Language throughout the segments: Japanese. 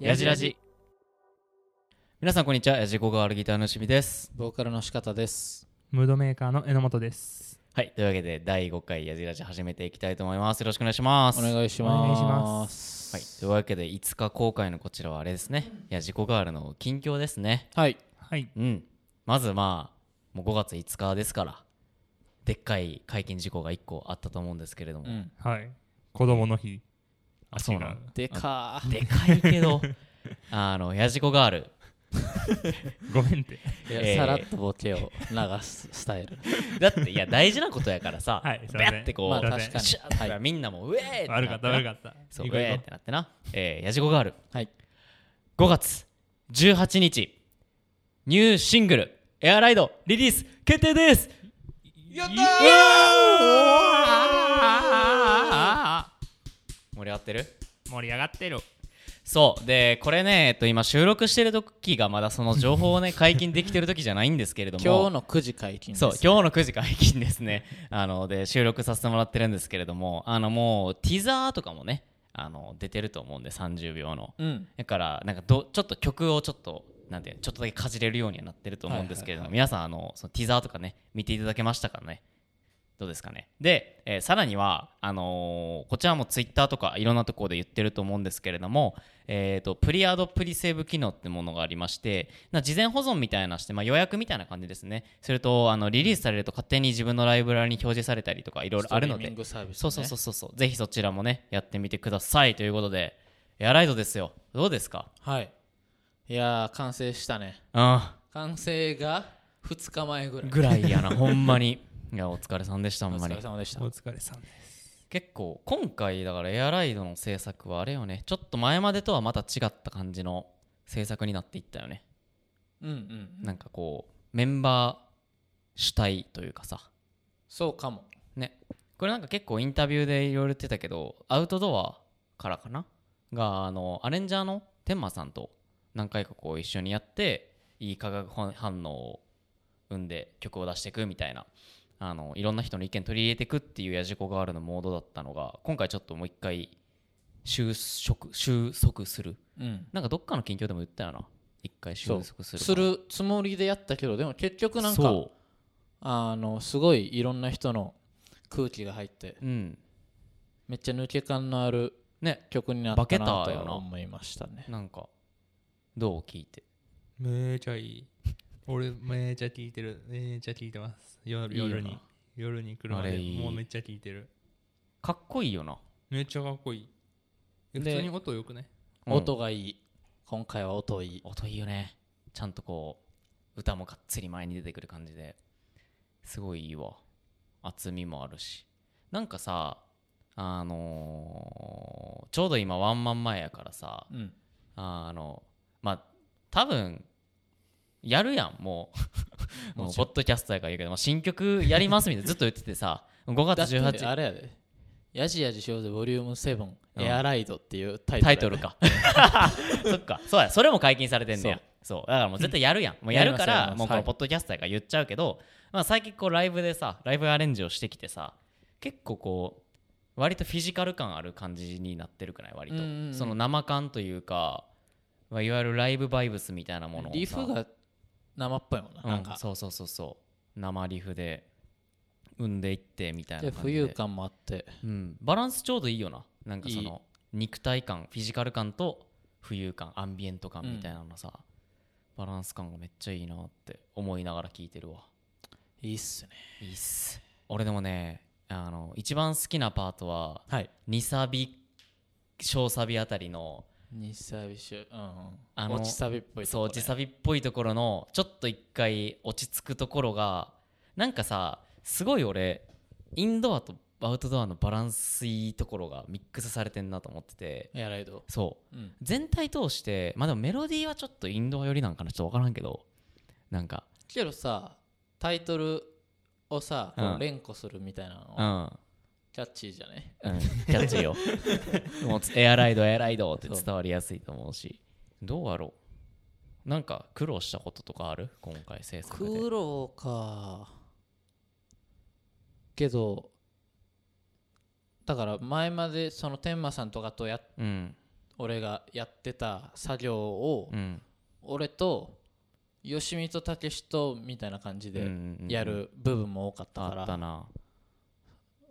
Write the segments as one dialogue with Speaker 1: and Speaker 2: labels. Speaker 1: やじラジ皆さんこんにちはやじこがあるギターのしみです
Speaker 2: ボーカルの仕方です。
Speaker 3: ムードメーカーの榎本です。
Speaker 1: はいというわけで第5回やじラジ始めていきたいと思いますよろしくお願いします
Speaker 2: お願いし
Speaker 3: お願いし
Speaker 2: ま。
Speaker 3: ます
Speaker 1: はい、というわけで5日公開のこちらはあれですねやじこがあるの近況ですね
Speaker 2: はい。
Speaker 3: はい。
Speaker 1: うんまずまあもう5月5日ですからでっかい解禁事項が1個あったと思うんですけれども、
Speaker 2: うん。
Speaker 3: はい。子供の日。
Speaker 1: あそうなの
Speaker 3: 違
Speaker 2: でかー。
Speaker 1: でかいけど あのやじこがある
Speaker 3: ごめん って。
Speaker 2: いや
Speaker 1: えー
Speaker 2: さらっとボケを流すスタ イル。
Speaker 1: だっていや大事なことやからさ、
Speaker 3: はいすい
Speaker 1: ベ
Speaker 3: ません
Speaker 1: ッてこう、
Speaker 2: まあ
Speaker 3: だ
Speaker 2: 確
Speaker 3: ね
Speaker 2: かに
Speaker 1: シ。ャーってみんなもうウェーってな
Speaker 3: 悪かった悪
Speaker 1: っ
Speaker 3: かった。
Speaker 1: たそうウ
Speaker 3: 行
Speaker 1: ェ
Speaker 3: こ行
Speaker 1: ーってなってなえーやじこがある
Speaker 2: はい。
Speaker 1: 5月18日ニューシングル「エアライド」リリース決定ですやったー盛り上がってる
Speaker 3: う盛り上がってる。
Speaker 1: そうでこれね、えっと、今収録してる時がまだその情報を ね解禁できてる時じゃないんですけれども
Speaker 2: 今日の9時解禁です。
Speaker 1: そう今日の9時解禁ですねあので収録させてもらってるんですけれどもあのもうティザーとかもねあの出てると思うんで30秒の
Speaker 2: うん。
Speaker 1: だからなんかどちょっと曲をちょっとなんてちょっとだけかじれるようにはなってると思うんですけれども、皆さんあのそのティザーとかね見ていただけましたかねどうですかねで、えーさらにはあのーこちらもツイッターとかいろんなところで言ってると思うんですけれども、えー、とプリアードプリセーブ機能ってものがありましてな事前保存みたいなして、まあ、予約みたいな感じですねそれとあのリリースされると勝手に自分のライブラリに表示されたりとかいろいろあるの
Speaker 2: ストリー
Speaker 1: で
Speaker 2: ミングサービスね
Speaker 1: そうそうそうそうそうぜひそちらもねやってみてくださいということでエアライドですよどうですか
Speaker 2: はい。いやー、完成したね。
Speaker 1: うん
Speaker 2: 完成が2日前ぐらい。
Speaker 1: ぐらいやなほんまにいやお疲れさんでした
Speaker 2: お
Speaker 1: ほんま
Speaker 2: 疲
Speaker 1: に
Speaker 2: れ様でした
Speaker 3: お。疲れさんで
Speaker 1: 結構今回だからエアライドの制作はあれよねちょっと前までとはまた違った感じの制作になっていったよね
Speaker 2: うんうん。
Speaker 1: なんかこうメンバー主体というかさ
Speaker 2: そうかも。
Speaker 1: ねこれなんか結構インタビューでいろいろ言ってたけどアウトドアからかながあのアレンジャーの天馬さんと何回かこう一緒にやっていい化学反応を生んで曲を出していくみたいなあのいろんな人の意見取り入れていくっていうやじこガールのモードだったのが今回ちょっともう一回収束収束する
Speaker 2: うん。
Speaker 1: なんかどっかの近況でも言ったよな一回収束する
Speaker 2: するつもりでやったけど、でも結局なんか、
Speaker 1: そ
Speaker 2: あの、すごいいろんな人の空気が入って、
Speaker 1: ううん
Speaker 2: めっちゃ抜け感のある
Speaker 1: ね
Speaker 2: 曲になったな
Speaker 1: 化
Speaker 2: と
Speaker 1: けたよな
Speaker 2: 思いましたね。
Speaker 1: なんかどう聞いて
Speaker 3: す。めちゃいい。俺めちゃ聞いてる。めちゃ聞いてます。夜
Speaker 1: いいよな
Speaker 3: 夜に。夜に車
Speaker 1: あ
Speaker 3: で
Speaker 1: れいい
Speaker 3: もうめっちゃ聞いてる。
Speaker 1: かっこいいよな
Speaker 3: めっちゃかっこいい。え普
Speaker 2: で
Speaker 3: 通に音良くね。
Speaker 1: うん
Speaker 2: 音がいい。今回は音いい。
Speaker 1: 音いいよねちゃんとこう歌もがっつり前に出てくる感じですごいいいわ厚みもあるしなんかさあのーちょうど今ワンマン前やからさ
Speaker 2: うん。
Speaker 1: あのまあ多分やるやんもう もうポッドキャストやから言うけど、まあ、新曲やりますみたいなずっと言っててさ5月
Speaker 2: だって
Speaker 1: 18
Speaker 2: あれやで。やじやじしようぜ、ボリューム7、
Speaker 1: うん
Speaker 2: エアライドっていうタイトル。
Speaker 1: タイトルか そっかそうやそれも解禁されてんねやそうだからもう絶対やるやんもうやるか
Speaker 2: やりますやりま
Speaker 1: ら
Speaker 2: す
Speaker 1: もうこ
Speaker 2: は
Speaker 1: の
Speaker 2: い
Speaker 1: ポッドキャスターが言っちゃうけど、まあ、最近こうライブでさライブアレンジをしてきてさ結構こう割とフィジカル感ある感じになってるくない割と、
Speaker 2: うんうんうん
Speaker 1: その生感というかまあいわゆるライブバイブスみたいなものをさ
Speaker 2: リフが生っぽいもんな。
Speaker 1: う
Speaker 2: なんか、
Speaker 1: そうそうそうそう生リフで生んでいってみたいな
Speaker 2: で
Speaker 1: 感じで
Speaker 2: 浮遊感もあって、
Speaker 1: うん、バランスちょうどいいよななんかそ
Speaker 2: いい
Speaker 1: の肉体感フィジカル感と浮遊感アンビエント感みたいなのさ、バランス感がめっちゃいいなって思いながら聴いてるわ
Speaker 2: いいっすね。
Speaker 1: いいっす俺でもねあの一番好きなパートは
Speaker 2: はい。
Speaker 1: 2サビ小サビあたりの
Speaker 2: にサビシュ、うん
Speaker 1: あ
Speaker 2: うん。
Speaker 1: の
Speaker 2: 落ちサビっぽいと
Speaker 1: そう
Speaker 2: こね。
Speaker 1: 落ちサビっぽいところのちょっと一回落ち着くところがなんかさすごい俺インドアとアウトドアのバランスいいところがミックスされてんなと思ってて
Speaker 2: エアライド。
Speaker 1: そう
Speaker 2: うん。
Speaker 1: 全体通してまあでもメロディーはちょっとインドア寄りなんかなちょっと分からんけどなんか
Speaker 2: けどさ、タイトルをさ、こ
Speaker 1: う
Speaker 2: うん連呼するみたいな
Speaker 1: う
Speaker 2: の、
Speaker 1: ん、
Speaker 2: キャッチーじゃね
Speaker 1: うん、キャッチ ーよもうエアライドエアライドって伝わりやすいと思うしどうやろうなんか苦労したこととかある今回制作で
Speaker 2: 苦労かけどだから前までその天馬さんとかとやっ
Speaker 1: うん
Speaker 2: 俺がやってた作業を、
Speaker 1: うん
Speaker 2: 俺とよしみとたけしとみたいな感じ
Speaker 1: うんう
Speaker 2: で
Speaker 1: んうん
Speaker 2: やる部分も多かったか
Speaker 1: あ
Speaker 2: ら、
Speaker 1: ったな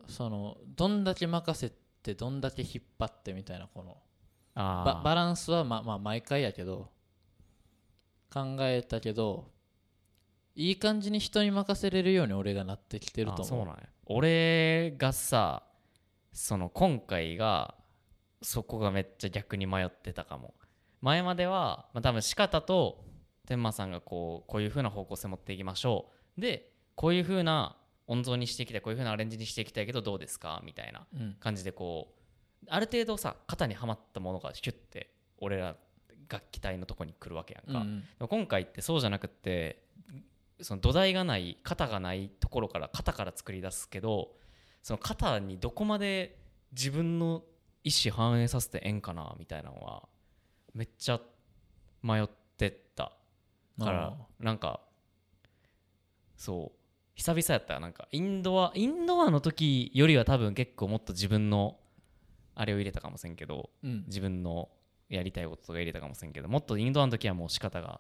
Speaker 2: そのどんだけ任せてどんだけ引っ張ってみたいなこの
Speaker 1: あ
Speaker 2: バ
Speaker 1: ー
Speaker 2: バランスはままあ毎回やけど考えたけどいい感じに人に任せれるように俺がなってきてると
Speaker 1: あそう
Speaker 2: 思
Speaker 1: な
Speaker 2: う
Speaker 1: んや俺がさその今回がそこがめっちゃ逆に迷ってたかも前までは、まあ、多分四方と天満さんがこうこういう風な方向性持っていきましょうでこういう風な温存にしていきたいこういう風なアレンジにしていきたいけどどうですかみたいな
Speaker 2: うん
Speaker 1: 感じでこうある程度さ肩にはまったものがヒュッて俺ら楽器隊のとこに来るわけやん
Speaker 2: うんう
Speaker 1: か、
Speaker 2: ん
Speaker 1: でも今回ってそうじゃなくってその土台がない型がないところから型から作り出すけどその型にどこまで自分の意思反映させてええんかなみたいなのはめっちゃ迷ってったから
Speaker 2: あ
Speaker 1: なんかそう久々やったらなんかインドアインドアの時よりは多分結構もっと自分のあれを入れたかもしれんけど
Speaker 2: ーうん
Speaker 1: 自分のやりたいこととか入れたかもしれんけどもっとインドアの時はもう仕方が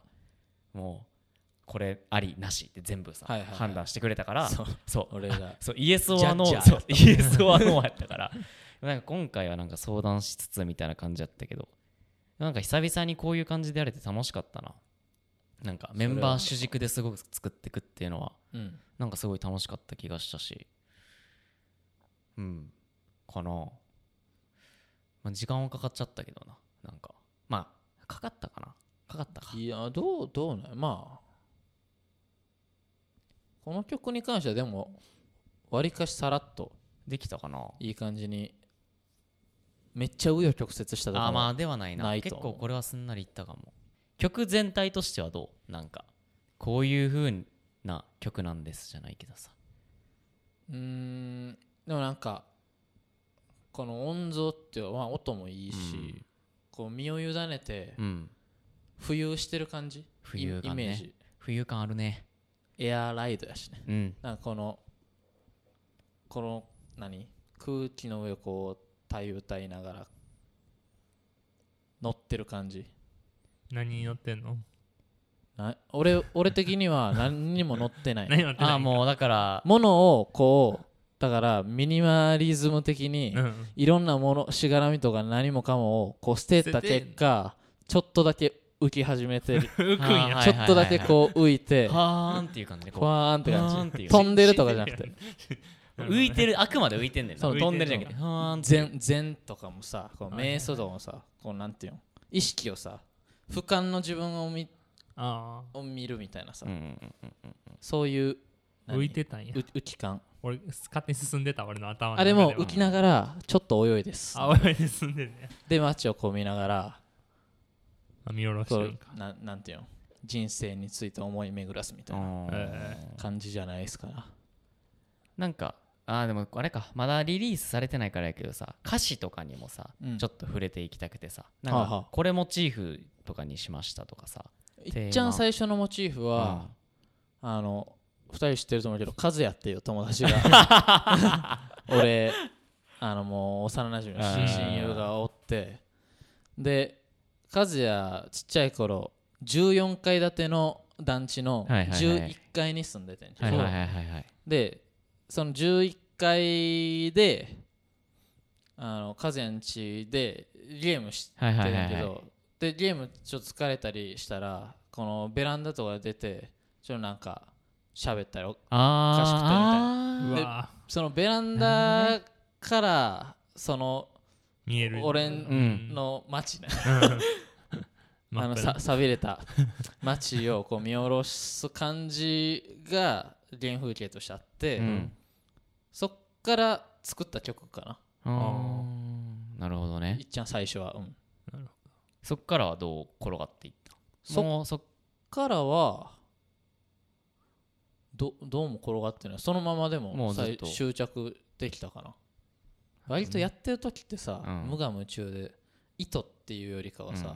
Speaker 1: もうこれありなしって全部さ、
Speaker 2: はいはいはい
Speaker 1: 判断してくれたから
Speaker 2: そう
Speaker 1: そう
Speaker 2: 俺が
Speaker 1: そうイエス・オア・ノ
Speaker 2: ジャ
Speaker 1: ー
Speaker 2: ッジャ
Speaker 1: そ
Speaker 2: ー
Speaker 1: う イエス・オア・ノーやったからなんか今回はなんか相談しつつみたいな感じやったけどなんか久々にこういう感じでやれて楽しかったななんかメンバー主軸ですごく作っていくっていうのは
Speaker 2: うん
Speaker 1: なんかすごい楽しかった気がしたしうんかな、まあ、時間はかかっちゃったけどななんかまあかかったかなかかったか
Speaker 2: いやどうどうなんまあこの曲に関してはでもわりかしさらっと
Speaker 1: できたかない
Speaker 2: い感じにめっちゃ紆余曲折したとか
Speaker 1: あーま
Speaker 2: も
Speaker 1: あではないな
Speaker 2: ないと
Speaker 1: 結
Speaker 2: 思う
Speaker 1: 構これはすんなりいったかも曲全体としてはどうなんかこういう風な曲なんですじゃないけどさ
Speaker 2: うーんでもなんかこの音像っていうのはまあ音もいいし、
Speaker 1: うん
Speaker 2: こう身を委ねて
Speaker 1: うん
Speaker 2: 浮遊してる感じ、
Speaker 1: 浮遊
Speaker 2: イ
Speaker 1: 感
Speaker 2: メー
Speaker 1: ね
Speaker 2: ジ
Speaker 1: 浮遊感あるね
Speaker 2: エアライドやしね
Speaker 1: うん
Speaker 2: なんかこのこの何空気の上をこう体歌いながら乗ってる感じ
Speaker 3: 何に乗ってんの
Speaker 2: な俺俺的 には何にも乗ってない
Speaker 3: 何乗ってない
Speaker 1: ああもうだから
Speaker 2: ものをこうだからミニマリズム的に
Speaker 3: うん
Speaker 2: いろんなものしがらみとか何もかもをこう捨てた結果ちょっとだけ浮き始めてち
Speaker 3: 浮くん
Speaker 1: あー
Speaker 3: や
Speaker 1: はい
Speaker 2: ょっとだけこう浮いてフ
Speaker 1: はーんっていう感じでこう
Speaker 2: ァーンって
Speaker 1: ふわーん
Speaker 2: 感
Speaker 1: ってい
Speaker 2: じ
Speaker 1: う
Speaker 2: 飛んでるとかじゃなくて
Speaker 1: 浮いてるあくまで浮いてんねんな
Speaker 2: そう
Speaker 1: 飛んでるじゃなくてはーんって
Speaker 2: 禅禅とかもさこう瞑想とかもさこうなんていうの意識をさ俯瞰の自分を見
Speaker 3: あ
Speaker 2: を見るみたいなさ
Speaker 1: うんうんうん
Speaker 2: そういう
Speaker 3: あ
Speaker 2: 何
Speaker 3: 浮いてたんや
Speaker 2: う浮き感
Speaker 3: 俺勝手に進んでた俺の頭の中
Speaker 2: あれも
Speaker 3: は
Speaker 2: 浮きながらちょっと泳いです
Speaker 3: あ俺に進んでるね
Speaker 2: で街をこう見ながら
Speaker 3: あ見下ろして
Speaker 2: こ
Speaker 3: るん
Speaker 2: う
Speaker 3: か
Speaker 2: ななんていうの人生について思い巡らすみたいな
Speaker 1: あー
Speaker 3: え
Speaker 2: 感じじゃないですから
Speaker 1: なんかあーでもあれかまだリリースされてないからやけどさ歌詞とかにもさ、
Speaker 2: うん
Speaker 1: ちょっと触れていきたくてさなん
Speaker 2: はあは
Speaker 1: か
Speaker 2: あ
Speaker 1: これモチーフとかにしましたとかさ
Speaker 2: いっちゃん最初のモチーフは、あの2人知ってると思うけど和也っていう友達が 俺あのもう幼馴染の親親友がおってで和也ちっちゃい頃14階建ての団地の
Speaker 1: はいはいはい
Speaker 2: 11階に住んでてんけ
Speaker 1: はい
Speaker 2: ど
Speaker 1: はいはいはいはい
Speaker 2: でその11階であの和也ん家でゲームして
Speaker 1: はいはい
Speaker 2: って
Speaker 1: は
Speaker 2: だ
Speaker 1: い
Speaker 2: け
Speaker 1: はい
Speaker 2: どでゲームちょっと疲れたりしたらこのベランダとか出てちょっとなんか喋ったり
Speaker 1: あ
Speaker 3: ー
Speaker 1: ー
Speaker 3: うわ
Speaker 2: そのベランダからその
Speaker 3: ー見える
Speaker 2: 俺
Speaker 1: ん
Speaker 2: の街ね
Speaker 3: ま
Speaker 2: あのさ寂れた街をこう見下ろす感じが原風景としてあって、
Speaker 1: うん
Speaker 2: そっから作った曲かな
Speaker 1: あーなるほどね
Speaker 2: いっちゃん最初はうん
Speaker 1: そっからはどう転がっていった
Speaker 2: そっ
Speaker 1: もうそっ
Speaker 2: からはどどうも転がってないそのままでも
Speaker 1: もうずっ
Speaker 2: 最
Speaker 1: と
Speaker 2: 執着できたかな割とやってる時ってさ、
Speaker 1: うん
Speaker 2: 無我夢中で意図っていうよりかはさ、
Speaker 1: うん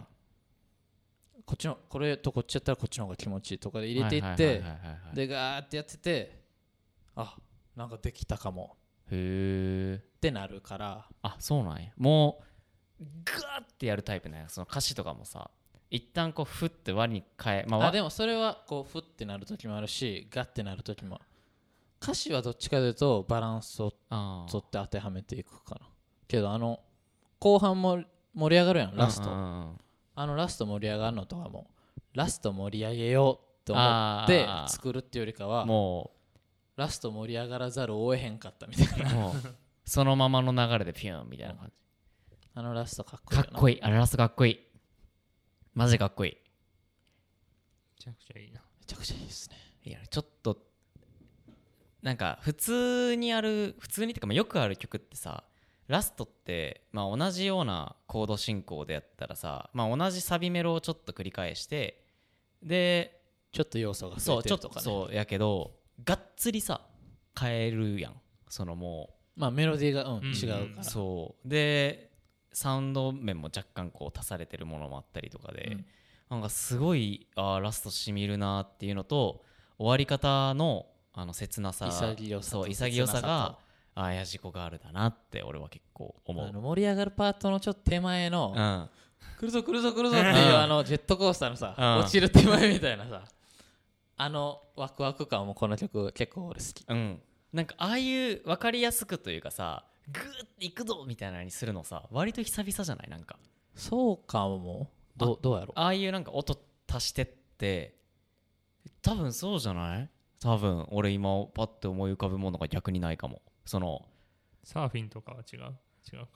Speaker 2: こっちのこれとこっちやったらこっちの方が気持ちいいとかで入れていっ
Speaker 1: はい
Speaker 2: て
Speaker 1: はいはいはいはい
Speaker 2: でガーってやっててあなんかできたかも
Speaker 1: へえ
Speaker 2: ってなるから
Speaker 1: あそうなんやもうガーってやるタイプなんやその歌詞とかもさ一旦こうふって輪に変えまあ
Speaker 2: あでもそれはこうふってなる時もあるしガッてなる時も歌詞はどっちかというとバランスを
Speaker 1: あー
Speaker 2: 取って当てはめていくかなけどあの後半も盛り上がるやんラスト、
Speaker 1: うんうんうん
Speaker 2: あのラスト盛り上がるのとかもラスト盛り上げようと思って
Speaker 1: あー
Speaker 2: 作るっていうよりかは
Speaker 1: も
Speaker 2: ラスト盛り上がらざるを得へんかったみたいな
Speaker 1: うもうそのままの流れでピューンみたいな 感
Speaker 2: あのラストかっこ
Speaker 1: じ
Speaker 2: いい
Speaker 1: か
Speaker 2: よ
Speaker 1: っ
Speaker 2: な
Speaker 1: こいいあれラストかっこいいマジでかっこい
Speaker 3: ちゃくちゃいいな。
Speaker 2: めちゃくちゃいいですね
Speaker 1: いいやちょっとなんか普通にある普通にってかまあよくある曲ってさラストって、まあ、同じようなコード進行でやったらさ、まあ、同じサビメロをちょっと繰り返してで
Speaker 2: ちょっと要素が
Speaker 1: そ
Speaker 2: 増
Speaker 1: う
Speaker 2: えて
Speaker 1: ちょ
Speaker 2: る
Speaker 1: っ
Speaker 2: と
Speaker 1: と
Speaker 2: かね
Speaker 1: そうやけどがっつりさ変えるやんそのもう
Speaker 2: まあメロディーがうん、
Speaker 3: うん
Speaker 2: 違うから
Speaker 1: そうでサウンド面も若干こう足されてるものもあったりとかで、
Speaker 2: うん
Speaker 1: なんかすごいあーラストしみるなっていうのと終わり方のあの切なさ
Speaker 2: 潔さと
Speaker 1: そう潔さ
Speaker 2: 切なさ
Speaker 1: があーやじこがあるだなって俺は結構思う
Speaker 2: あの盛り上がるパートのちょっと手前の、
Speaker 1: うん
Speaker 2: 来るぞ来るぞ来るぞっていう
Speaker 1: うん
Speaker 2: あのジェットコースターのさ、
Speaker 1: うん
Speaker 2: 落ちる手前みたいなさあのワクワク感もこの曲結構俺好き
Speaker 1: うんなんかああいう分かりやすくというかさグーっていくぞみたいなのにするのさ割と久々じゃないなんか
Speaker 2: そうかもどうどうやろう
Speaker 1: ああいうなんか音足してって多分そうじゃない多分俺今パッて思い浮かぶものが逆にないかもその
Speaker 3: サーフィンとかは違う違うか。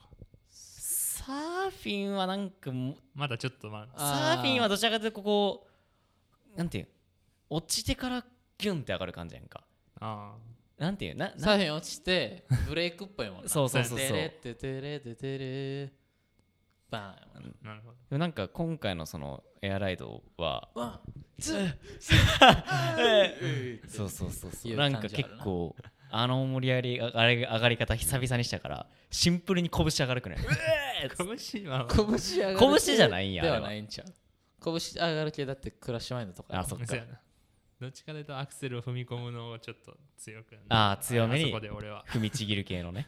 Speaker 1: サーフィンはなんかも
Speaker 3: まだちょっとまあ、
Speaker 2: あー
Speaker 1: サーフィンはどちらかというとここなんていう落ちてからギュンって上がる感じやんか
Speaker 3: あ
Speaker 1: なんていうなな
Speaker 2: サーフィン落ちてブレイクっぽいもんな
Speaker 1: そうそうそうそう
Speaker 2: テレテテレテテレバーン
Speaker 3: あ、なるほど。
Speaker 1: でもなんか今回のそのエアライドは
Speaker 2: ワンツー
Speaker 1: そうそうそうそ
Speaker 2: いうう
Speaker 1: な
Speaker 2: 感
Speaker 1: んか
Speaker 2: じ
Speaker 1: 結
Speaker 2: あるな
Speaker 1: 構あの盛り上がり上がり上がり方久々にしたからシンプルに拳上がるくない うえーっつって
Speaker 3: 拳は、
Speaker 2: 拳上がる系
Speaker 1: 拳じゃないんやあ
Speaker 2: で
Speaker 1: れは
Speaker 2: はないんちゃう拳上がる系だってクラッシュマインドとか
Speaker 1: あそっ
Speaker 3: そ
Speaker 1: か
Speaker 3: うやな。どっちかというとアクセルを踏み込むのをちょっと強く。
Speaker 1: あー強めに
Speaker 3: あそこで俺は。
Speaker 1: 踏みちぎる系のね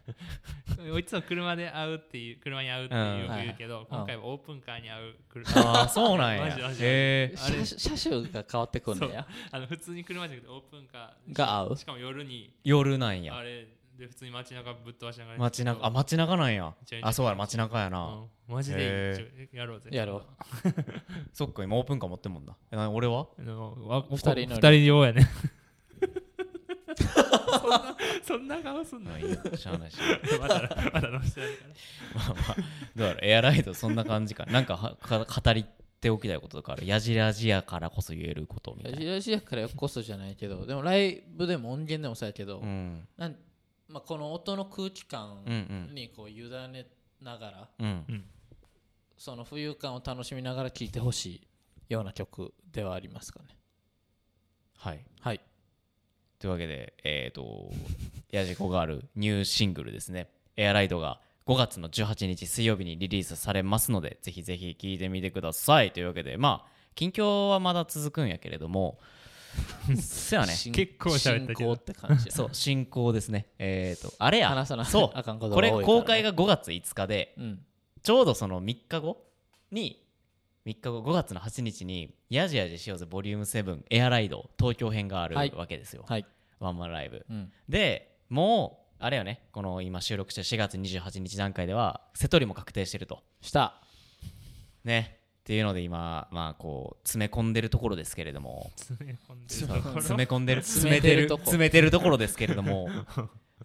Speaker 3: いつも車で会うっていう、車に会うって
Speaker 1: うん
Speaker 3: いうよく言うけど、今回はオープンカーに会う 車。
Speaker 1: ああそうなんや
Speaker 3: マジマジマジ
Speaker 1: へえ
Speaker 2: 車種車種が変わってくんねや
Speaker 3: あの普通に車じゃなくてオープンカー
Speaker 2: が合う
Speaker 3: しかも夜に、
Speaker 1: 夜なんや
Speaker 3: あれで普通に街中ぶっ飛ばしながら。
Speaker 1: 街中あ街中なんや
Speaker 3: めちゃめちゃ
Speaker 1: あそうや街中やな、
Speaker 3: うんマジでいい
Speaker 1: へ
Speaker 3: ちょやろうぜ。
Speaker 2: やろう
Speaker 1: そっか今オープンカー持ってんもんなえな俺は
Speaker 3: あのわ
Speaker 2: 二人乗り
Speaker 3: 二人 用やねそんなそんな顔すんの
Speaker 1: まあいいよしゃあないし
Speaker 3: まだまだ乗せてないから
Speaker 1: まあまあ どうやろうエアライドそんな感じかなんかはか語りっておきたいこととかあるやじらじやからこそ言えることみた
Speaker 2: ラ
Speaker 1: い
Speaker 2: ジ
Speaker 1: な
Speaker 2: ラジやからこそじゃないけどでもライブでも音源でもそうやけど、
Speaker 1: うん
Speaker 2: なんまあ、この音の空気感
Speaker 1: うんうん
Speaker 2: にこう委ねながら、
Speaker 1: うん
Speaker 2: その浮遊感を楽しみながら聴いてほしいような曲ではありますかね
Speaker 1: はい
Speaker 2: はい
Speaker 1: というわけでえっ、とやじこがあるニューシングルですねエアライドが5月の18日水曜日にリリースされますのでぜひぜひ聴いてみてくださいというわけでまあ近況はまだ続くんやけれどもそう やね
Speaker 2: 進
Speaker 3: 結構喋ったけど
Speaker 2: 進行って感じや
Speaker 1: そう進行ですねえっ、とあれや
Speaker 2: 話さな
Speaker 1: そう
Speaker 2: あかんことが
Speaker 1: こ
Speaker 2: 多い
Speaker 1: れ
Speaker 2: からね
Speaker 1: 公開が5月5日で
Speaker 2: うん
Speaker 1: ちょうどその3日後に3日後5月の8日に「やじやじしようぜボリューム7エアライド東京編がある
Speaker 2: はい
Speaker 1: わけですよ、
Speaker 2: はい、
Speaker 1: ワンマンライブ
Speaker 2: うん、
Speaker 1: でもうあれよねこの今収録してる4月28日段階では瀬取りも確定してると
Speaker 2: した
Speaker 1: ねっていうので今まあこう詰め込んでるところですけれども
Speaker 3: 詰め込んでるところ
Speaker 1: 詰め込んでる
Speaker 2: 詰めてるとこ
Speaker 1: 詰めてるところですけれども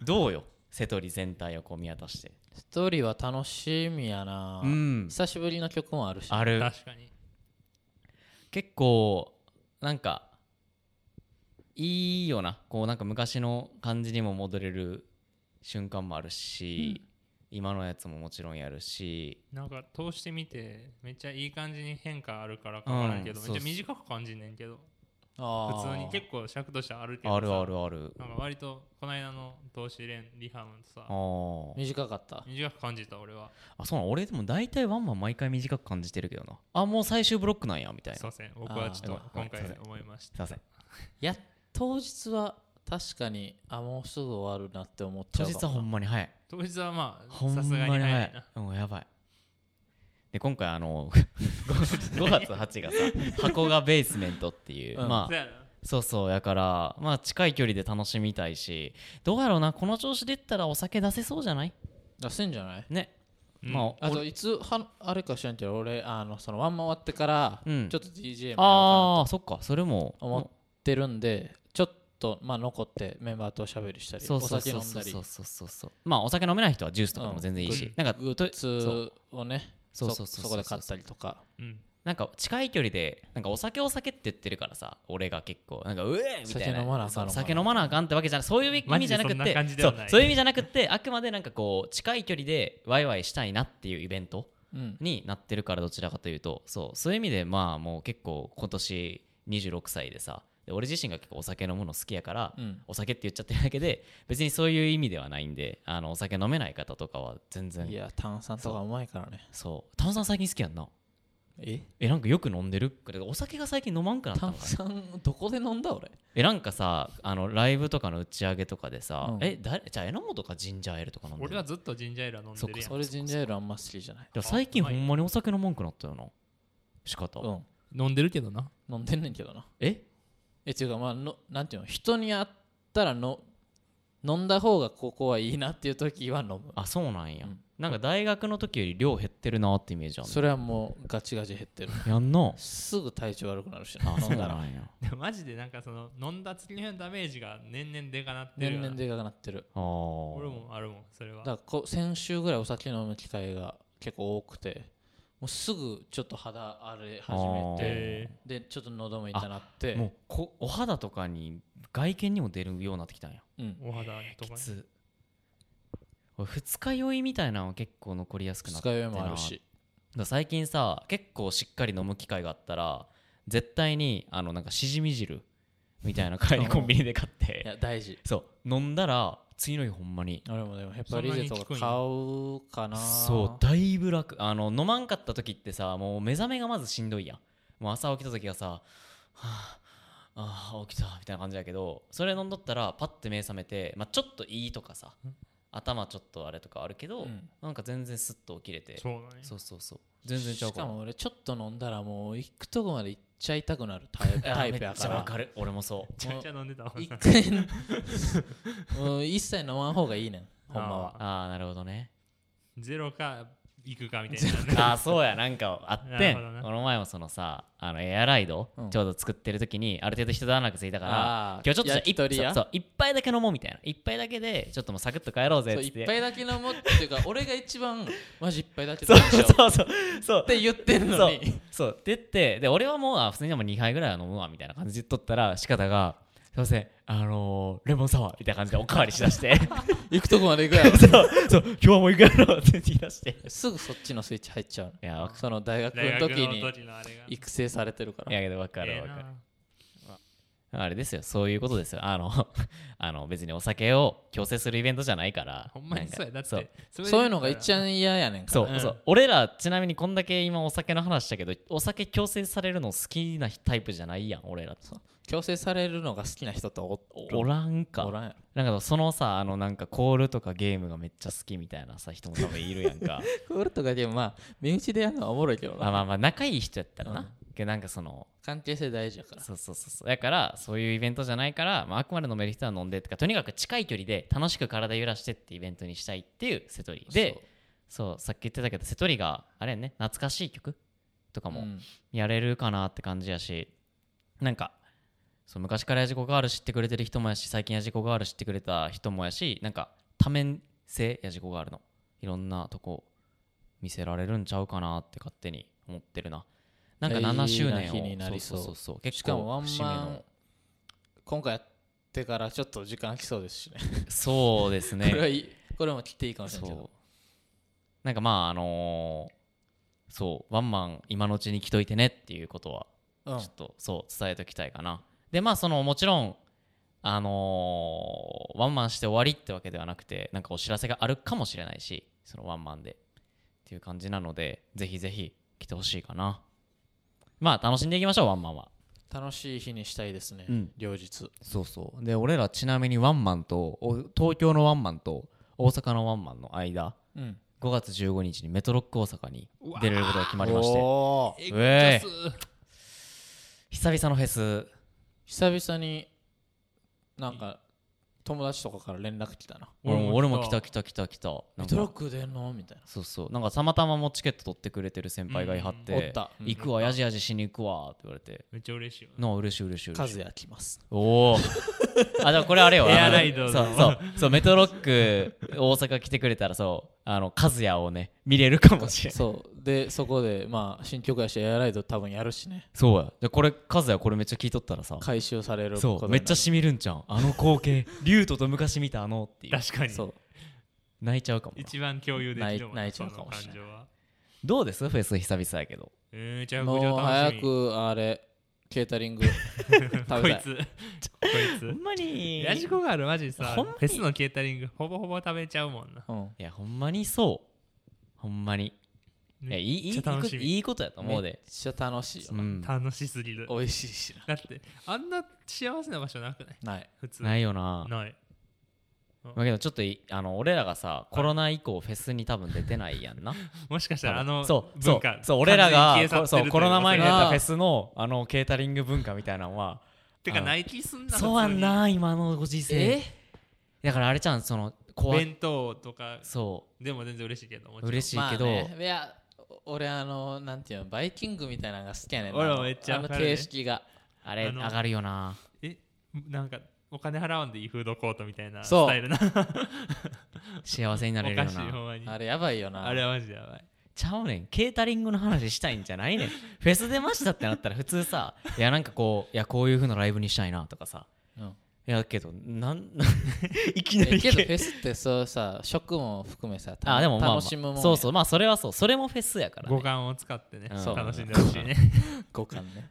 Speaker 1: どうよ瀬取り全体をこう見渡して
Speaker 2: ストーリーは楽しみやな、
Speaker 1: うん
Speaker 2: 久しぶりの曲もあるし
Speaker 1: ある
Speaker 3: 確かに
Speaker 1: 結構なんかいいよなこうなんか昔の感じにも戻れる瞬間もあるし、今のやつももちろんやるし
Speaker 3: なんか通してみてめっちゃいい感じに変化あるからかわからんけど、
Speaker 1: うん
Speaker 3: めっちゃ短く感じんねんけど
Speaker 2: あ
Speaker 3: 普
Speaker 2: ー
Speaker 3: 通に結構尺としてあるけどさ
Speaker 1: あるあるある
Speaker 3: なんか割とこの間の通し練リハもさ
Speaker 1: あー
Speaker 2: 短かった
Speaker 3: 短く感じた俺は
Speaker 1: あそうなん俺でも大体ワンマン毎回短く感じてるけどなあもう最終ブロックなんやみたいな
Speaker 3: すい
Speaker 1: すい
Speaker 3: ません僕はちょっと
Speaker 1: あーす
Speaker 3: 今
Speaker 1: いま
Speaker 3: 回
Speaker 1: せ
Speaker 3: 思いました
Speaker 1: ません
Speaker 2: や当日は確かにあもうすぐ終わるなって思っち
Speaker 1: 当
Speaker 2: ゃうかも
Speaker 1: 日はほんまに早い
Speaker 3: 当日はま
Speaker 1: ほ
Speaker 3: あ
Speaker 1: ん
Speaker 3: さ
Speaker 1: ますに
Speaker 3: がに
Speaker 1: 早
Speaker 3: 早い
Speaker 1: い
Speaker 3: な
Speaker 1: うんやばいで今回あの 5月8がさ箱がベースメントっていう、
Speaker 2: うん
Speaker 1: ま
Speaker 3: そ
Speaker 1: あ
Speaker 3: うやな
Speaker 1: そうそうやからまあ近い距離で楽しみたいしどうやろうなこの調子でいったらお酒出せそうじゃない
Speaker 2: 出せんじゃない
Speaker 1: ね、
Speaker 3: うん
Speaker 1: まあ
Speaker 2: あ
Speaker 1: 俺
Speaker 2: といつはあれか知らんけど俺あのそのワンマン終わってから、
Speaker 1: うん
Speaker 2: ちょっと DJ もやろうかな
Speaker 1: あーそっかそれも
Speaker 2: と思ってるんでちょっとまあ残ってメンバーとおしゃべりしたり
Speaker 1: そうそうそう
Speaker 2: お酒飲ん
Speaker 1: そう
Speaker 2: だり
Speaker 1: そうそうそうそうまあお酒飲めない人はジュースとかも全然いいし、
Speaker 3: うん
Speaker 1: なんか
Speaker 2: グ
Speaker 1: と
Speaker 2: ッズをね
Speaker 1: そう
Speaker 2: そ
Speaker 1: そう
Speaker 2: そ
Speaker 1: そうそうそう
Speaker 2: こで買ったりとか
Speaker 3: うん
Speaker 1: なんか近い距離でなんかお酒お酒って言ってるからさ俺が結構なんかうえーみたいな
Speaker 2: 酒飲まなあかんのかな
Speaker 1: そう酒飲まなあかんってわけじゃないそういう意
Speaker 3: マ
Speaker 1: 味
Speaker 3: ジ
Speaker 1: じゃな
Speaker 3: で
Speaker 1: く
Speaker 3: そん な
Speaker 1: て
Speaker 3: 感じで
Speaker 1: そ
Speaker 3: は
Speaker 1: う
Speaker 3: ない
Speaker 1: そういう意味じゃなくてあくまでなんかこう近い距離でワイワイしたいなっていうイベント
Speaker 2: うん
Speaker 1: になってるからどちらかというとそうそういう意味でまあもう結構今年26歳でさで俺自身が結構お酒飲むの好きやから、
Speaker 2: うん
Speaker 1: お酒って言っちゃってるだけで別にそういう意味ではないんであのお酒飲めない方とかは全然
Speaker 2: いや炭酸とかうまいからね
Speaker 1: そう炭酸最近好きやんな
Speaker 2: え
Speaker 1: えなんかよく飲んでるこれお酒が最近飲まんくなったの
Speaker 2: 炭
Speaker 1: かな
Speaker 2: 酸どこで飲んだ俺
Speaker 1: えなんかさあのライブとかの打ち上げとかでさ、
Speaker 2: うん
Speaker 1: え誰じゃあ榎本かジンジャーエールとか飲んでる
Speaker 3: 俺はずっとジンジャーエールは飲んでるやん
Speaker 2: 俺ジンジャーエールあんま好きじゃない
Speaker 1: でも最近ほんまにお酒飲まんくなったよな仕方、
Speaker 2: うん
Speaker 3: 飲んでるけどな
Speaker 2: 飲んでんねんけどな
Speaker 1: え
Speaker 2: えっていうかまあのなんていうの人に会ったらの飲んだ方がここはいいなっていう時は飲む
Speaker 1: あそうなんや、
Speaker 2: うん
Speaker 1: なんか大学の時より量減ってるなってイメージあん
Speaker 2: それはもうガチガチ減ってる
Speaker 1: のやん な
Speaker 2: すぐ体調悪くなるしな
Speaker 1: あそ
Speaker 2: 飲
Speaker 1: うん
Speaker 2: だ
Speaker 1: な
Speaker 2: ら
Speaker 1: ん や
Speaker 3: でも マジでなんかその飲んだ次の日のダメージが年々でかなってる
Speaker 2: 年
Speaker 3: よな
Speaker 2: 々でかくなってる
Speaker 1: あー
Speaker 3: 俺もあるもんそれ
Speaker 2: だ
Speaker 3: は
Speaker 2: からこ先週ぐらいお酒飲む機会が結構多くてもうすぐちょっと肌荒れ始めて
Speaker 3: え
Speaker 2: でちょっと喉も痛なって
Speaker 1: もうこお肌とかに外見にも出るようになってきたんや
Speaker 2: うん
Speaker 3: ー、お肌とか
Speaker 1: き
Speaker 3: に
Speaker 1: つ俺二日酔いみたいなのは結構残りやすくな
Speaker 2: 二
Speaker 1: って
Speaker 2: 日
Speaker 1: な
Speaker 2: 酔いもあるし
Speaker 1: だから最近さ結構しっかり飲む機会があったら絶対にあのなんかしじみ汁みたいな買いにコンビニで買っ
Speaker 2: い
Speaker 1: て
Speaker 2: や大事
Speaker 1: そう飲んだら次の日ほんまに
Speaker 2: 俺もでもヘパリゼとか買うかな
Speaker 1: そうだいぶ楽あの飲まんかった時ってさもう目覚めがまずしんどいやんもう朝起きた時がさはああー起きたみたいな感じだけどそれ飲んどったらパッて目覚めて、まあ、ちょっといいとかさ頭ちょっとあれとかあるけど、
Speaker 2: うん
Speaker 1: なんか全然スッと起きれて
Speaker 3: そうなんや
Speaker 1: そうそうそう全然ちゃう
Speaker 2: し
Speaker 1: から
Speaker 2: かも俺ちょっと飲んだらもう行くとこまで行っちゃいたくなるタイプ
Speaker 1: いや
Speaker 2: タイプや
Speaker 1: めっちゃわ
Speaker 2: か
Speaker 1: かる俺もそう
Speaker 3: めちゃめちゃ飲んでたも
Speaker 2: ら
Speaker 3: ん
Speaker 2: 一
Speaker 3: な
Speaker 2: 回もう一切飲まん方がいいねんほんまは
Speaker 1: ああなるほどね
Speaker 3: ゼロか行くかみたいな
Speaker 1: ああそうやなんかあってん
Speaker 3: なるほどな
Speaker 1: この前もそのさあのエアライド、
Speaker 2: うん
Speaker 1: ちょうど作ってる時にある程度人段落ついたから
Speaker 2: ああ
Speaker 1: 今日ちょっとじゃあ
Speaker 2: 焼き鳥
Speaker 1: い
Speaker 2: 屋
Speaker 1: そうそう一杯だけ飲もうみたいな一杯だけでちょっともうサクッと帰ろうぜ
Speaker 2: そう
Speaker 1: っつって
Speaker 2: 一杯だけ飲むっていうか俺が一番マジ一杯 だけ飲
Speaker 1: そ
Speaker 2: む
Speaker 1: う
Speaker 2: でしょっ
Speaker 1: そうそうそう
Speaker 2: て言ってんの
Speaker 1: そう
Speaker 2: に
Speaker 1: そうって言ってで俺はもうあ普通にでも2杯ぐらいは飲むわみたいな感じで言っとったら仕方が「すいませんあのーレモンサワー」みたいな感じでおかわりしだして
Speaker 2: 行くとこまで行くや ろ
Speaker 1: そうそう今日はもういくやろって言い出してい
Speaker 2: すぐそっちのスイッチ入っちゃうの
Speaker 1: やわか
Speaker 2: その大学
Speaker 3: 大
Speaker 2: の
Speaker 3: 学
Speaker 2: 時
Speaker 3: の
Speaker 2: に
Speaker 3: 時のあれが
Speaker 2: 育成されてるか
Speaker 1: い
Speaker 2: ら
Speaker 1: やけどわかる
Speaker 3: え
Speaker 1: わ
Speaker 3: え
Speaker 1: かる
Speaker 3: な
Speaker 1: あれですよ、そういうことですよ。あの、 あの別にお酒を強制するイベントじゃないから。
Speaker 3: ほんまにそうや
Speaker 1: なん
Speaker 3: だっ
Speaker 1: か
Speaker 3: て
Speaker 1: そう
Speaker 3: それ
Speaker 2: そういうのが一番嫌やねんから
Speaker 1: そう、
Speaker 3: うん
Speaker 1: そう俺らちなみにこんだけ今お酒の話したけどお酒強制されるの好きなタイプじゃないやん俺ら
Speaker 2: 強制されるのが好きな人ってお
Speaker 1: おらんか
Speaker 2: おらんやろ
Speaker 1: なんかそのさあのなんかコールとかゲームがめっちゃ好きみたいなさ人も多分いるやんか
Speaker 2: クールとかでもまあ身内でやるのはおもろいけど
Speaker 1: まあ
Speaker 2: な
Speaker 1: まあまあ仲いい人やったらな、
Speaker 2: うん
Speaker 1: けどなんかその
Speaker 2: 関係性大事やから
Speaker 1: そうそうそうそうだからそういうイベントじゃないから、まあ、あくまで飲める人は飲んでとかとにかく近い距離で楽しく体揺らしてってイベントにしたいっていうセトリでそうさっき言ってたけど瀬戸リがあれやね懐かしい曲とか
Speaker 2: そうう
Speaker 1: も
Speaker 2: ん
Speaker 1: やれるかなって感じやし、なんかそう昔からやじこガール知ってくれてる人もやし最近やじこガール知ってくれた人もやしなんか多面性やじこガールのいろんなとこ見せられるんちゃうかなって勝手に思ってるななんか
Speaker 2: いいな
Speaker 1: 7周年を
Speaker 2: 日になりそう
Speaker 1: そうそうそう結
Speaker 2: しかもワ
Speaker 1: 構
Speaker 2: ン
Speaker 1: 節目
Speaker 2: マ
Speaker 1: の
Speaker 2: ン今回やってからちょっと時間空きそうですしね
Speaker 1: そうですね
Speaker 2: これはいいこれも切っていいかもしれないけ
Speaker 1: そう
Speaker 2: ど
Speaker 1: なんかまああのーそうワンマン今のうちに来といてねっていうことは
Speaker 2: うん
Speaker 1: ちょっとそう伝えときたいかなでまあそのもちろんあのーワンマンして終わりってわけではなくてなんかお知らせがあるかもしれないしそのワンマンでっていう感じなのでぜひぜひ来てほしいかなまあ楽しんでいきましょうワンマンは
Speaker 2: 楽しい日にしたいですね
Speaker 1: うん
Speaker 2: 両日
Speaker 1: そうそうで俺らちなみにワンマンとお東京のワンマンと大阪のワンマンの間
Speaker 2: うん
Speaker 1: 5月15日にメトロック大阪に
Speaker 3: うわー
Speaker 1: 出れることが決まりまして
Speaker 2: おー
Speaker 3: エクジャス
Speaker 1: 久々のフェス
Speaker 2: 久々になんか友達とかから連絡来たな
Speaker 1: 俺も俺も来た来た来た来たな
Speaker 2: メ
Speaker 1: ん
Speaker 2: トロッ
Speaker 1: か
Speaker 2: ク出んのみたい
Speaker 1: そうそうなんかたまたまもうチケット取ってくれてる先輩がいはっ
Speaker 2: なおってた
Speaker 1: 「行くわやじやじしに行くわ」って言われて
Speaker 3: めっちゃ嬉しいよ
Speaker 1: 「なあ嬉しい嬉しい嬉しい」
Speaker 2: カズヤ来 ます
Speaker 1: おおあじゃあこれあれよ
Speaker 3: エアライドの
Speaker 1: そうそうそうメトロック大阪来てくれたらそうあの和也をね見れるかもし れない
Speaker 2: そうでそこでまあ新曲やしエアライド多分やるしね
Speaker 1: そうやでこれ和也これめっちゃ聞いとったらさ
Speaker 2: 回収される
Speaker 1: そ
Speaker 2: こと
Speaker 1: う
Speaker 2: に
Speaker 1: めっ
Speaker 2: なる
Speaker 1: ちゃしみるんじゃんあの光景竜斗と昔見たあのっていう
Speaker 3: 確かに
Speaker 2: そう
Speaker 1: 泣いちゃうかもな
Speaker 3: 一番共有できるも
Speaker 2: 泣い
Speaker 3: んね
Speaker 2: 泣いちゃう
Speaker 3: そ
Speaker 2: か
Speaker 3: の
Speaker 2: も
Speaker 3: 感
Speaker 2: しれない
Speaker 3: 情は
Speaker 1: どうですフェス久々やけど
Speaker 3: えー、じゃあ
Speaker 2: もう
Speaker 3: 楽
Speaker 2: 早
Speaker 3: しみ
Speaker 2: くあれケータ リング食
Speaker 3: こ
Speaker 2: べた
Speaker 3: い
Speaker 2: い
Speaker 3: つこい
Speaker 1: ほ
Speaker 3: つ
Speaker 1: んまに
Speaker 3: ヤジコがあるマジさ
Speaker 1: ほんまに
Speaker 3: フェスのケータリングほぼほぼ食べちゃうもんな
Speaker 2: うん
Speaker 1: いやほんまにそうほんまにいやいいいい
Speaker 3: め
Speaker 1: い
Speaker 3: っちゃ楽しみ
Speaker 1: いいことやと思う
Speaker 2: めっ
Speaker 1: で
Speaker 2: ちゃ楽しいよ
Speaker 1: うん
Speaker 3: 楽しすぎる
Speaker 2: 美味しいし
Speaker 3: だってあんな幸せな場所なくない
Speaker 2: なない
Speaker 3: 普通
Speaker 1: ないいよな
Speaker 3: ない
Speaker 1: まあけどちょっといあの俺らがさコロナ以降フェスに多分出てないや んな
Speaker 3: もしかしたらあの
Speaker 1: そうそ
Speaker 3: 文
Speaker 1: う
Speaker 3: 化
Speaker 1: そう俺らが
Speaker 3: 完全に消え去ってるとい
Speaker 1: そうコロナ前に
Speaker 2: ね
Speaker 1: やっ
Speaker 2: あ
Speaker 1: た
Speaker 2: ー
Speaker 1: フェスのあのケータリング文化みたいなのは
Speaker 3: てかナイキすん な
Speaker 1: そうやんな今のご時世だからあれちゃんその
Speaker 3: 普通に
Speaker 1: 怖い
Speaker 3: 弁当とか
Speaker 1: そ
Speaker 3: でも全然嬉しいけどもち
Speaker 1: う
Speaker 3: ろん
Speaker 1: 嬉しい
Speaker 2: まあ
Speaker 1: けど、
Speaker 2: ねいや俺あのなんていうのバイキングみたいなのが好きやねんな
Speaker 3: 俺もめっちゃ
Speaker 2: あの
Speaker 3: わかるね
Speaker 2: 形式が
Speaker 1: あれ
Speaker 3: あの
Speaker 1: 上がるよな
Speaker 3: えなんかお金払わんでいいフードコートみたいなス
Speaker 2: そう
Speaker 3: タイルな
Speaker 1: 幸せになれ
Speaker 3: お
Speaker 1: るよ
Speaker 3: かしいほ
Speaker 1: なん
Speaker 3: まに
Speaker 2: あれやばいよな
Speaker 3: あれはマジでやばい
Speaker 1: ちゃうねんケータリングの話したいんじゃないねんフェス出ましたってなったら普通さいやなんかこういやこういう風なライブにしたいなとかさ
Speaker 2: うん
Speaker 1: いやけどなんいきな
Speaker 2: え
Speaker 1: り
Speaker 2: けどフェスってそうさ食も含めさ
Speaker 1: あでもまあ、ま
Speaker 2: 楽
Speaker 1: あ、
Speaker 2: しむもんや
Speaker 1: そうそうまあそれはそうそれもフェスやから、
Speaker 3: 五
Speaker 1: ね、
Speaker 3: 感を使ってね
Speaker 1: うん
Speaker 3: 楽しんでほしいね
Speaker 2: 五感ね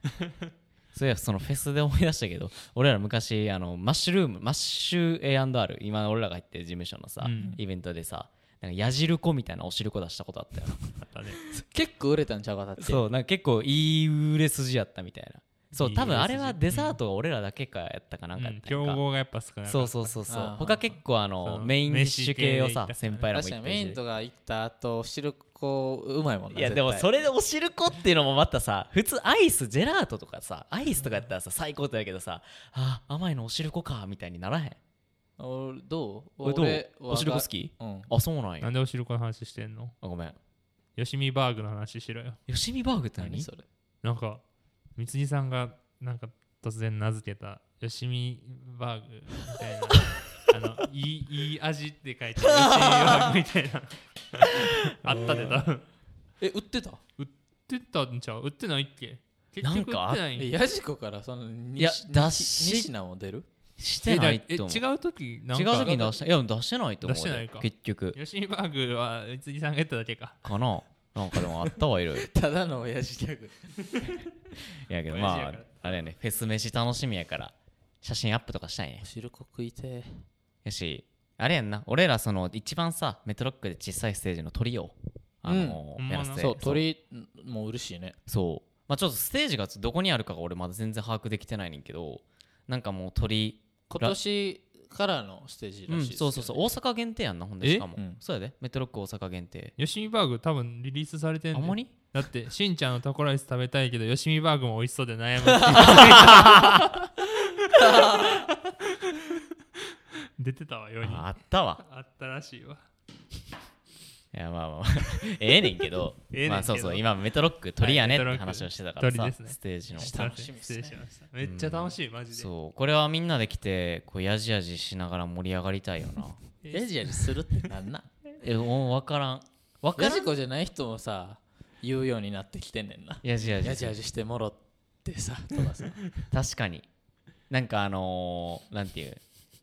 Speaker 1: そういやそのフェスで思い出したけど俺ら昔あのマッシュルームマッシュ A&R 今俺らが入ってる事務所のさ、
Speaker 3: うん
Speaker 1: イベントでさなんかやじる子みたいなおしるこ出したことあったよな
Speaker 3: あったね
Speaker 2: 結構売れたんちゃうかだって
Speaker 1: そうなんか結構いい売れ筋やったみたいなそう多分
Speaker 3: いい売れ筋
Speaker 1: あれはデザートが俺らだけかやったかなんかやったやん
Speaker 3: 競
Speaker 1: か、
Speaker 3: 合がやっぱ少ない
Speaker 1: そうそうそうそう
Speaker 2: あー
Speaker 1: 他結構あの
Speaker 3: その
Speaker 1: メインディッシュ系をさ
Speaker 3: 飯系
Speaker 1: 先
Speaker 3: で行った
Speaker 1: 輩らも
Speaker 2: 確
Speaker 1: 言
Speaker 2: かに
Speaker 1: って
Speaker 2: メインとか行った後シルコうまいもんない
Speaker 1: やでもそ
Speaker 2: れ
Speaker 1: れでおしるこっていうのもまたさ普通アイスジェラートとかさアイスとかやったらさ最高ってだけどさあ甘いのおしるこかみたいにならへん
Speaker 2: どう
Speaker 1: 俺どう
Speaker 2: は
Speaker 1: おしるこ好き
Speaker 2: うん
Speaker 1: あそうなんや
Speaker 3: な
Speaker 1: あ
Speaker 3: んでおしるこの話してんの
Speaker 1: ごめん
Speaker 3: よしみバーグの話しろよ
Speaker 1: よしみバーグって何
Speaker 2: 何それ
Speaker 3: なんか三木さんがなんか突然名付けたよしみバーグみたいな あのいいいい味って書いてよしみバーグみたい なあったで多分
Speaker 2: え売ってた
Speaker 3: 売ってたんちゃう売ってないっけ結
Speaker 1: なん
Speaker 3: 局
Speaker 1: か
Speaker 3: 売
Speaker 1: あ
Speaker 3: ってないん
Speaker 2: えヤジコからそのに
Speaker 1: いや
Speaker 2: に
Speaker 1: だし
Speaker 2: に品も出る
Speaker 1: してない
Speaker 3: え
Speaker 1: と
Speaker 3: だ
Speaker 1: 思う
Speaker 3: え違う時なん
Speaker 1: 違
Speaker 3: か
Speaker 1: う時に出したいや出してないと思う
Speaker 3: 出してない
Speaker 1: で
Speaker 3: か
Speaker 1: 結局
Speaker 3: ヨシミバーグは三木さんがやっただけか
Speaker 1: かななんかでもあったわいろいろい
Speaker 2: ただの親父ギャグ
Speaker 1: やけど
Speaker 3: 親父
Speaker 1: ま
Speaker 3: や
Speaker 1: あ
Speaker 3: から
Speaker 1: あれやねフェス飯楽しみやから写真アップとかしたいね
Speaker 2: おしるこ食いてえ
Speaker 1: やしあれやんな俺らその一番さメトロックで小さいステージの鳥をあの
Speaker 3: うんほんま
Speaker 1: や
Speaker 3: な
Speaker 1: らせて
Speaker 2: そう鳥もう嬉しいね
Speaker 1: そうまあちょっとステージがどこにあるかが俺まだ全然把握できてないねんけどなんかもう鳥
Speaker 2: 今年からのステージ
Speaker 1: う
Speaker 2: ら
Speaker 1: ん
Speaker 2: しいです
Speaker 1: そうそうそう
Speaker 2: う
Speaker 1: 大阪限定やんなほんで
Speaker 3: え
Speaker 1: しかも
Speaker 2: うん
Speaker 1: そうやでメトロック大阪限定
Speaker 3: ヨシミバーグ多分リリースされてん
Speaker 1: あ
Speaker 3: ね
Speaker 1: んまり
Speaker 3: だってしんちゃんのタコライス食べたいけどよしみバーグも美味しそうで悩むっていう出てたわ世に
Speaker 1: ああったわ
Speaker 3: あったらしいわ
Speaker 1: いやま あまあまあええねんけど
Speaker 3: ええねんけど
Speaker 1: まあそうそう今メトロック鳥やねっ
Speaker 3: は
Speaker 1: て
Speaker 3: いメトロック
Speaker 1: 話をしてたからさ
Speaker 3: 鳥ですね
Speaker 1: ステージの
Speaker 2: 下楽しみっす
Speaker 3: 失
Speaker 2: ね
Speaker 3: 礼しましためっちゃ楽しいマジで
Speaker 1: そうこれはみんなで来てこうやじやじしながら盛り上がりたいよな
Speaker 2: ヤジヤジするってなんなん
Speaker 1: えもう分からん分か
Speaker 2: ヤ
Speaker 1: ら
Speaker 2: ジ
Speaker 1: ん
Speaker 2: コじゃない人もさ言うようになってきてんねんな
Speaker 1: やじや
Speaker 2: ヤ
Speaker 1: じ
Speaker 2: ジヤジしてもろって さとかさ
Speaker 1: 確かになんかあのーなんていう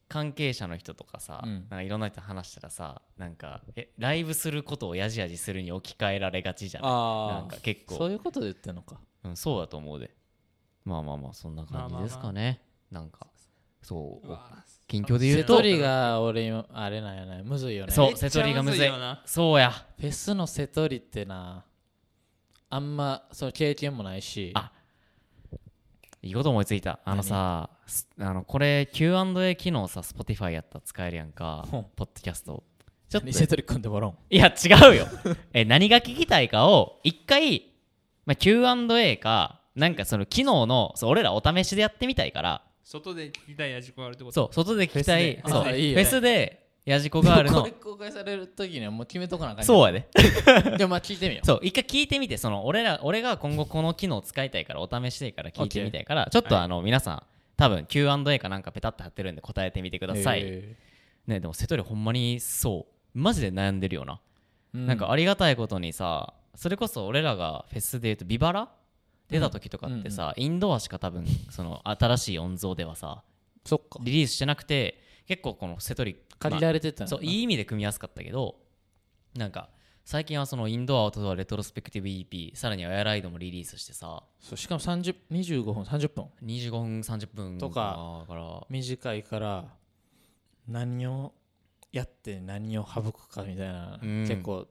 Speaker 1: 関係者の人とかさ、
Speaker 2: うん
Speaker 1: なんかいろんな人と話したらさなんかえライブすることをやじやじするに置き換えられがちじゃないな
Speaker 2: あ
Speaker 1: ん
Speaker 2: あ
Speaker 1: か結構,、
Speaker 2: そうういうことで言ってんのか
Speaker 1: ん、そうだと思うでまあまあまあそんな感じですかね、なんかそう
Speaker 3: うわ
Speaker 1: 近況で言
Speaker 2: セ
Speaker 1: うと
Speaker 2: トリが俺今あれなんやねむずいよね
Speaker 1: そ
Speaker 2: フ
Speaker 1: う瀬戸利がむずい
Speaker 3: めっちゃよな
Speaker 1: そうや
Speaker 2: ェスのセトリってなあんまその経験もないし
Speaker 1: あいいこと思いついたあのさすあのこれ Q&A 機能さ Spotify やったら使えるやんか
Speaker 2: ほん
Speaker 1: ポッドキャストちょっと
Speaker 2: リセトリ君でもらおう
Speaker 1: いや違う よえ何が聞きたいかを一回、まあ、Q&A かなんかその機能のそう俺らお試しでやってみたいから
Speaker 3: 外で聞きたい味があるってこと
Speaker 1: そう外で聞きたい
Speaker 2: フェスで
Speaker 1: そう
Speaker 2: あいいよ
Speaker 1: フ
Speaker 2: ね
Speaker 1: ェスでヤジコガール
Speaker 2: こ
Speaker 1: の
Speaker 2: れ公開される時にはもう決めとかなあかん
Speaker 1: そうやで
Speaker 2: うでもまあ聞いてみよう
Speaker 1: そう一回聞いてみてその俺ら俺が今後この機能使いたいからお試しでいいから聞いてみたいからちょっとあの、皆さん多分 Q&A かなんかペタッと貼ってるんで答えてみてください、
Speaker 2: え
Speaker 1: ねでも瀬戸りほんまにそうマジで悩んでるよな、
Speaker 2: ーう
Speaker 1: なんかありがたいことにさそれこそ俺らがフェスでいうとビバラ出た時とかってさ、インドアしか多分その新しい音像ではさ
Speaker 2: そっか
Speaker 1: リリースしてなくて結構この瀬戸り
Speaker 2: 借りられてたんやな
Speaker 1: そういい意味で組みやすかったけどなんか最近はそのインドアアウトドアレトロスペクティブ EP さらにはエアライドもリリースしてさ
Speaker 2: そうしかも30 25分30分
Speaker 1: 25分30分
Speaker 2: とか
Speaker 1: だから
Speaker 2: 短いから何をやって何を省くかみたいな、
Speaker 1: うん
Speaker 2: 結構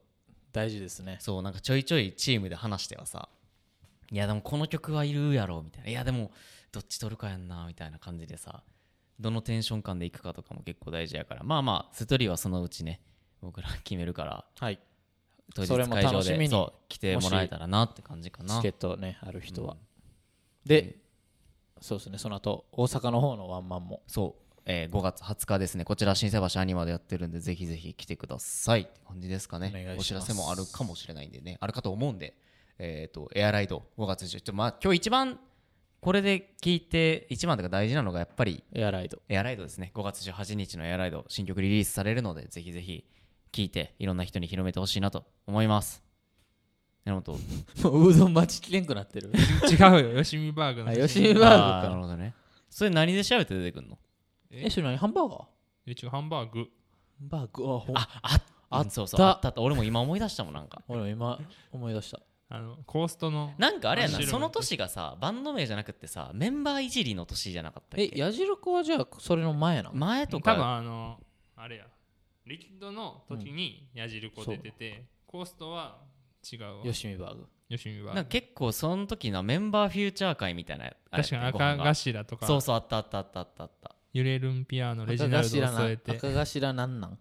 Speaker 2: 大事ですね
Speaker 1: そうなんかちょいちょいチームで話してはさいやでもこの曲はいるやろみたいないやでもどっち取るかやんなみたいな感じでさどのテンション感でいくかとかも結構大事やからまあまあストーリーはそのうちね僕ら決めるから
Speaker 2: はい
Speaker 1: 当日
Speaker 2: それも
Speaker 1: 会場
Speaker 2: 楽しみ
Speaker 1: で
Speaker 2: に
Speaker 1: そう来てもらえたらなって感じかな
Speaker 2: チケットねある人は、で、そうですねその後大阪の方のワンマンも
Speaker 1: そう、えー5月20日ですね、こちら、新世橋アニマでやってるんで、ぜひぜひ来てくださいって感じですかね。
Speaker 2: お願いします
Speaker 1: 知らせもあるかもしれないんでね、あるかと思うんで、えっ、と、エアライド、5月10日、まあ、今日一番、これで聞いて、一番というか大事なのが、やっぱり、
Speaker 2: エアライド
Speaker 1: エアライドですね、5月18日のエアライド、新曲リリースされるので、ぜひぜひ聞いて、いろんな人に広めてほしいなと思います。なる ほど。
Speaker 2: もううどん待ちきれんくなってる
Speaker 3: 違うよ吉見バーグの
Speaker 2: あ
Speaker 3: 写
Speaker 2: 吉
Speaker 3: 真
Speaker 2: 見
Speaker 1: あ
Speaker 2: バ
Speaker 1: ーな
Speaker 2: ー
Speaker 1: る
Speaker 2: グか
Speaker 1: ほどね。それ何で調べて出てくるの
Speaker 2: えそれ何ハンバーガー
Speaker 3: え違うハンバーグ
Speaker 2: バーグあほん
Speaker 1: あ、あ
Speaker 2: あった
Speaker 1: そうそう、あったあった俺も今思い出したもん、なんか。
Speaker 2: 俺も今思い出した
Speaker 3: あのコーストの
Speaker 1: なんかあれやな
Speaker 3: 面白い
Speaker 1: その年がさバンド名じゃなくってさメンバーいじりの年じゃなかったっ
Speaker 2: え
Speaker 1: け
Speaker 2: 矢印子はじゃあそれの前なの
Speaker 1: 前と
Speaker 3: 多分
Speaker 1: か
Speaker 3: あのあれやリキッドの時に矢印子出てて、コーストは違うわ
Speaker 2: 吉見バーグ
Speaker 3: 吉見
Speaker 1: な
Speaker 3: バ
Speaker 1: ん
Speaker 3: ー
Speaker 1: か
Speaker 3: グ
Speaker 1: 結構その時のメンバーフューチャー会みたいなあれ
Speaker 3: 確かに
Speaker 1: ご飯
Speaker 3: 赤頭とか
Speaker 1: そうそうあったあったあったあったあった
Speaker 3: 揺れるんピアノレジ
Speaker 2: 赤
Speaker 3: ナルド
Speaker 2: 頭
Speaker 3: を添え
Speaker 2: な
Speaker 3: て
Speaker 2: 赤頭なんなん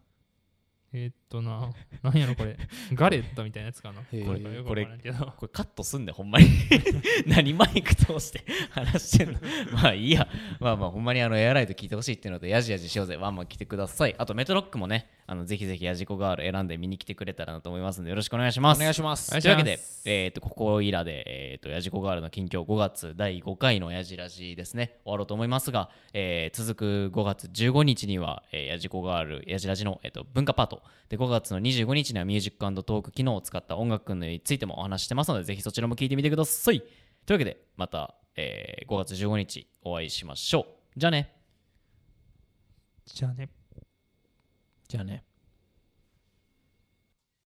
Speaker 3: えーっとななんやろこれガレットみたいなやつかな
Speaker 2: へー
Speaker 3: これよくわからんけど
Speaker 1: これカットすんでほんまに 何マイク通して話してんの まあいいやまあまあほんまにあのエアライト聞いてほしいっていうのでヤジヤジしようぜワンマン来てくださいあとメトロックもねあのぜひぜひヤジコガール選んで見に来てくれたらなと思いますのでよろしくお願いしま
Speaker 2: お
Speaker 1: す
Speaker 2: 願いします
Speaker 3: お願い
Speaker 1: と
Speaker 3: し
Speaker 1: いう
Speaker 3: ま
Speaker 1: わけ
Speaker 3: す
Speaker 1: で、えー、とここいらで、えー、とやじこガールの近況5月第5回のやじラジですね終わろうと思いますが、えー続く5月15日には、えー、やじこガールやじラジの、えー、と文化パートで5月の25日にはミュージックトーク機能を使った音楽についてもお話してますのでぜひそちらも聞いてみてくださいというわけでまた、えー5月15日お会いしましょうじゃあね
Speaker 3: じゃあね
Speaker 2: じゃあね